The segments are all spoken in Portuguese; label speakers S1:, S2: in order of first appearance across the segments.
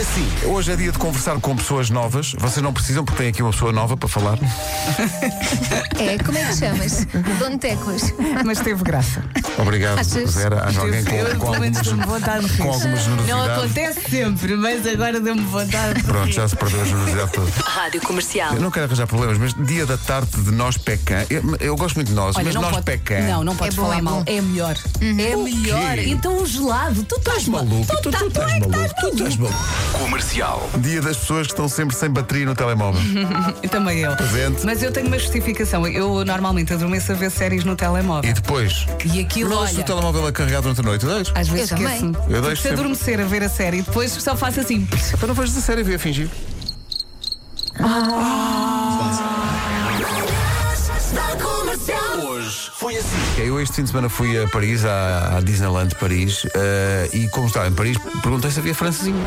S1: assim. Hoje é dia de conversar com pessoas novas. Vocês não precisam, porque tem aqui uma pessoa nova para falar.
S2: É, como é que chamas? Dono Teclas.
S3: Mas teve graça.
S1: Obrigado,
S2: Achas?
S1: Zera. Haja alguém com,
S3: Eu,
S1: com,
S3: pelo menos, deu-me
S1: algumas,
S3: vontade de
S1: com
S3: rir.
S1: alguma
S3: Não
S1: generosidade.
S3: acontece sempre, mas agora deu-me vontade de
S1: Pronto,
S3: rir.
S1: já se perdeu a generosidade toda.
S4: Rádio Comercial.
S1: Eu não quero arranjar problemas, mas dia da tarde de nós pecan. Eu, eu gosto muito de nós, mas nós
S3: pode,
S1: pecan.
S3: não, não podes
S2: É bom,
S3: falar
S2: é bom.
S3: mal. É melhor. É melhor. Então o gelado, tu estás
S1: Maluco, tu, tu,
S3: tá-
S1: tu estás
S3: é que
S1: maluco, tu estás maluco.
S5: Comercial.
S1: Dia das pessoas que estão sempre sem bateria no telemóvel.
S3: Uhum. Eu Também eu.
S1: Presente.
S3: Mas eu tenho uma justificação. Eu normalmente adormeço a ver séries no
S1: E
S3: telemóvel.
S1: depois,
S3: E aquilo,
S1: não deixo o
S3: olha,
S1: telemóvel a carregar durante a noite, não deixo?
S3: às vezes
S2: Eu também.
S3: esqueço-me.
S1: Eu
S3: Porque
S1: deixo
S3: Se
S1: sempre.
S3: adormecer a ver a série, depois só faço assim.
S1: Então não vejo a série, vi a fingir.
S5: Hoje foi assim.
S1: Eu este fim de semana fui a Paris, à, à Disneyland de Paris, eh, e como estava em Paris, perguntei se havia francesinhas.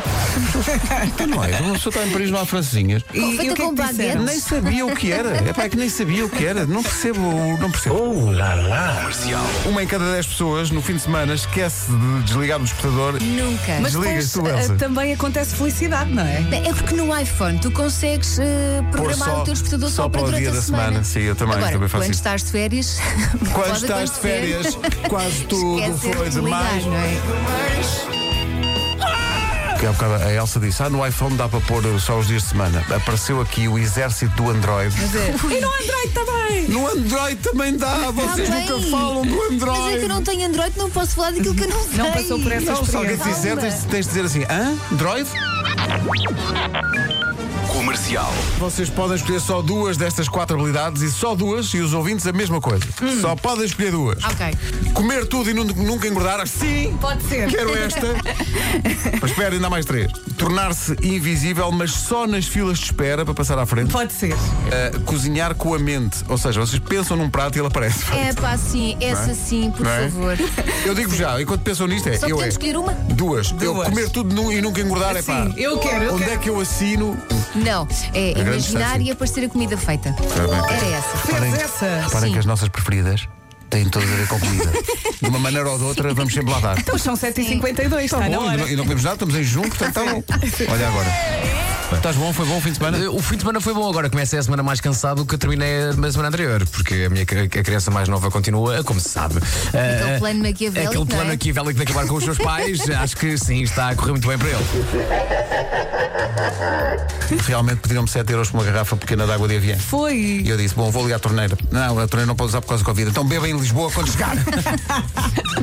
S1: então não é, uma pessoa está em Paris não há francesinhas.
S3: E, e
S2: feita
S3: o que é
S2: com
S3: que disseram?
S2: baguete.
S1: Nem sabia o que era. É pá, é que nem sabia o que era. Não percebo, não percebo.
S5: Comercial.
S1: Uma em cada dez pessoas no fim de semana esquece de desligar o despertador.
S2: Nunca.
S3: Mas
S1: Desligas
S3: depois
S1: tu, Elsa.
S2: eh,
S3: ah, também acontece felicidade, não é?
S2: É porque no iPhone tu consegues eh,
S1: Pôr
S2: programar
S1: só-
S2: o teu despertador
S1: só
S2: só, para
S1: para o
S2: durante
S1: dia
S2: a
S1: da semana.
S2: semana.
S1: Sim, eu também-
S2: Agora,
S1: também faço
S2: quando
S1: isso.
S2: estás de férias,
S1: Quando
S2: pode
S1: estás de
S2: acontecer.
S1: férias, quase tudo
S2: Esquece
S1: foi
S2: de desligar,
S1: demais.
S2: não é?
S1: Que há bocado a Elsa disse: Ah, no iPhone dá para pôr eh, só os dias de semana. Apareceu aqui o exército do Android.
S2: é.
S3: E no Android também.
S1: No Android também dá, vocês
S2: bem.
S1: nunca falam do
S2: Mas é que eu
S1: Android.
S2: é não tenho Android, não posso falar daquilo que eu não sei.
S3: Não passou por essa
S1: Não, se alguém
S3: experiência.
S1: fizer, tens, tens de dizer assim: Hã? Android?
S5: Comercial.
S1: Vocês podem escolher só duas destas quatro habilidades e só duas, e os ouvintes a mesma coisa.
S2: Hum.
S1: Só podem escolher duas.
S2: Ok.
S1: Comer tudo e nun- nunca engordar? Sim!
S3: Pode ser.
S1: Quero esta. mas espera, ainda há mais três. Tornar-se invisível, mas só nas filas de espera para passar à frente.
S3: Pode ser.
S1: Uh, cozinhar com a mente. Ou seja, vocês pensam num prato e ele aparece.
S2: É pá, sim, essa sim, por
S1: Não é?
S2: favor.
S1: Eu digo já, enquanto pensam nisto, é.
S2: Só
S1: eu é.
S2: podemos escolher uma?
S1: Duas. Eu
S3: Duas.
S1: comer tudo nu- e nunca engordar é pá.
S3: Sim, eu quero, eu
S1: Onde
S3: quero.
S1: é que eu assino?
S2: Não, é
S1: grande
S2: imaginar
S1: distância.
S2: e aparecer a comida feita. Era essa.
S1: Reparem,
S3: essa?
S1: reparem
S2: Sim.
S1: que as nossas preferidas têm todas a ver com comida. De uma maneira ou de outra, vamos sempre lá dar.
S3: Então são 7h52, está,
S1: Tá
S3: na
S1: bom, e
S3: hora.
S1: não, e não comemos nada, estamos em junho, portanto tá bom. Olha agora. Estás bom? Foi bom o fim de semana?
S6: Eh, O fim de semana foi bom, agora comecei a semana mais cansado do que eu terminei a semana anterior, porque a minha cri- a criança mais nova continua, como se sabe.
S2: Aquele
S6: Eh,
S2: plano maquiavélico,
S6: Aquele
S2: não
S6: plano
S2: é?
S6: aqui de acabar com os seus pais, acho que sim, está a correr muito bem para ele.
S1: Realmente pediram-me 7 euros por uma garrafa pequena de água de avião.
S3: Foi.
S1: E eu disse, bom, vou ligar a torneira. Não, a torneira não pode usar por causa da Covid. Então beba em Lisboa quando chegar.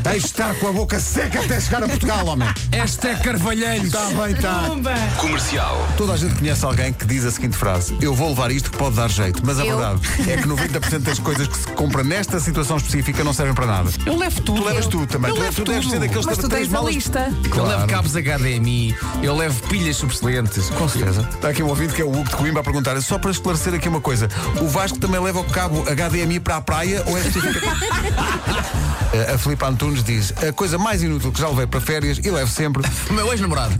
S1: Deixe estar com a boca seca até chegar a Portugal, homem.
S6: Esta é Carvalheiros.
S1: Está bem, tá. está.
S3: Pumba.
S5: Comercial.
S1: Toda a gente conhece alguém que diz a seguinte frase: Eu vou levar isto que pode dar jeito, mas a
S2: Eu.
S1: verdade é que 90% das coisas que se compra nesta situação específica não servem para nada.
S3: Eu levo tudo.
S1: Tu levas tudo também.
S6: Eu
S1: tu
S6: levo
S1: tu deves
S6: tudo.
S1: ser daqueles
S3: Mas
S1: que
S3: tu
S1: tens
S3: tens a
S1: malas.
S3: lista.
S6: Eu levo
S1: Claro.
S6: cabos HDMI, eu levo pilhas subsolentes.
S1: Com certeza. Está aqui um ouvinte que é o Hugo de Coimbra a perguntar, só para esclarecer aqui uma coisa, o Vasco também leva o cabo HDMI para a praia ou é específica? Eh, A- A Filipe Antunes diz, a coisa mais inútil que já levei para férias e levo sempre.
S6: O meu ex-namorado.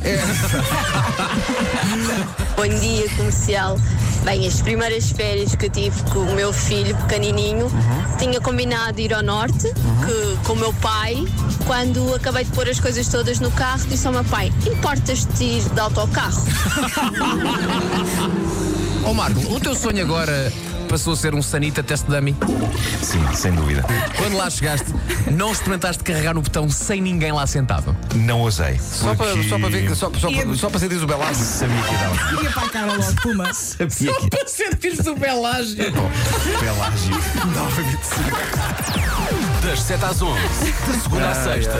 S7: Bom dia, comercial. Bem, as primeiras férias que eu tive com o meu filho pequenininho, tinha combinado ir ao norte que, com o meu pai. Quando acabei de pôr as coisas todas no carro, disse ao meu pai: Importas-te ir de autocarro?
S6: Ó Marco, o teu sonho agora passou a ser um Sanita Test Dummy.
S5: Sim, sem dúvida.
S6: Quando lá chegaste, não experimentaste carregar no botão sem ninguém lá sentado.
S5: Não ousei.
S1: Só para, só para ver, só, só,
S3: E-
S1: só para sentir o belaço.
S5: Sabia que dava.
S3: Ia para a cara logo, Puma.
S6: Só para sentir-se o belágio.
S5: Pelágio. Das 7 às 11. De segunda à sexta.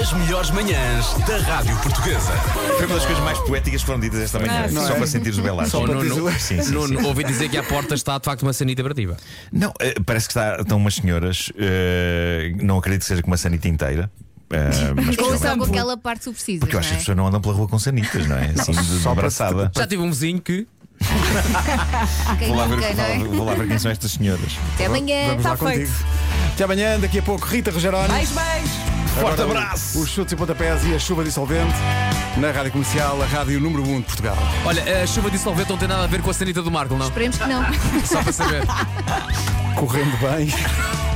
S5: As melhores manhãs da Rádio Portuguesa.
S8: Foi uma das coisas mais poéticas que foram ditas esta manhã.
S3: Ah,
S8: só para sentir os belas.
S6: Só para dizer-
S8: Sim, sim,
S6: Nuno,
S8: sim.
S6: ouvi dizer que à porta está de facto uma sanita para ti. vá.
S8: Não, eh, parece que está, estão umas senhoras. eh, não acredito que seja com uma sanita inteira. eh, mas
S2: Ou só com
S8: possivelmente-
S2: aquela parte que tu precisas. é?
S8: Porque eu acho que as pessoas não andam pela rua com sanitas, não é? Assim, de, de abraçada.
S6: Já tive um vizinho que.
S2: Quem
S8: Vou lá, ver,
S2: nunca, não é?
S8: vou lá- vou lá ver quem são estas senhoras.
S2: Até amanhã.
S1: Vamos lá
S3: Está feito.
S1: contigo. Até amanhã, daqui a pouco, Rita Rogeroni.
S3: Mais, mais.
S8: Forte
S1: Agora,
S8: abraço!
S1: Os chutes e pontapés e a chuva dissolvente na Rádio Comercial, a Rádio Número 1 de Portugal.
S6: Olha, a chuva de solvente não tem nada a ver com a sanita do Marco, não?
S2: Esperemos que não.
S6: Só para saber.
S1: Correndo bem.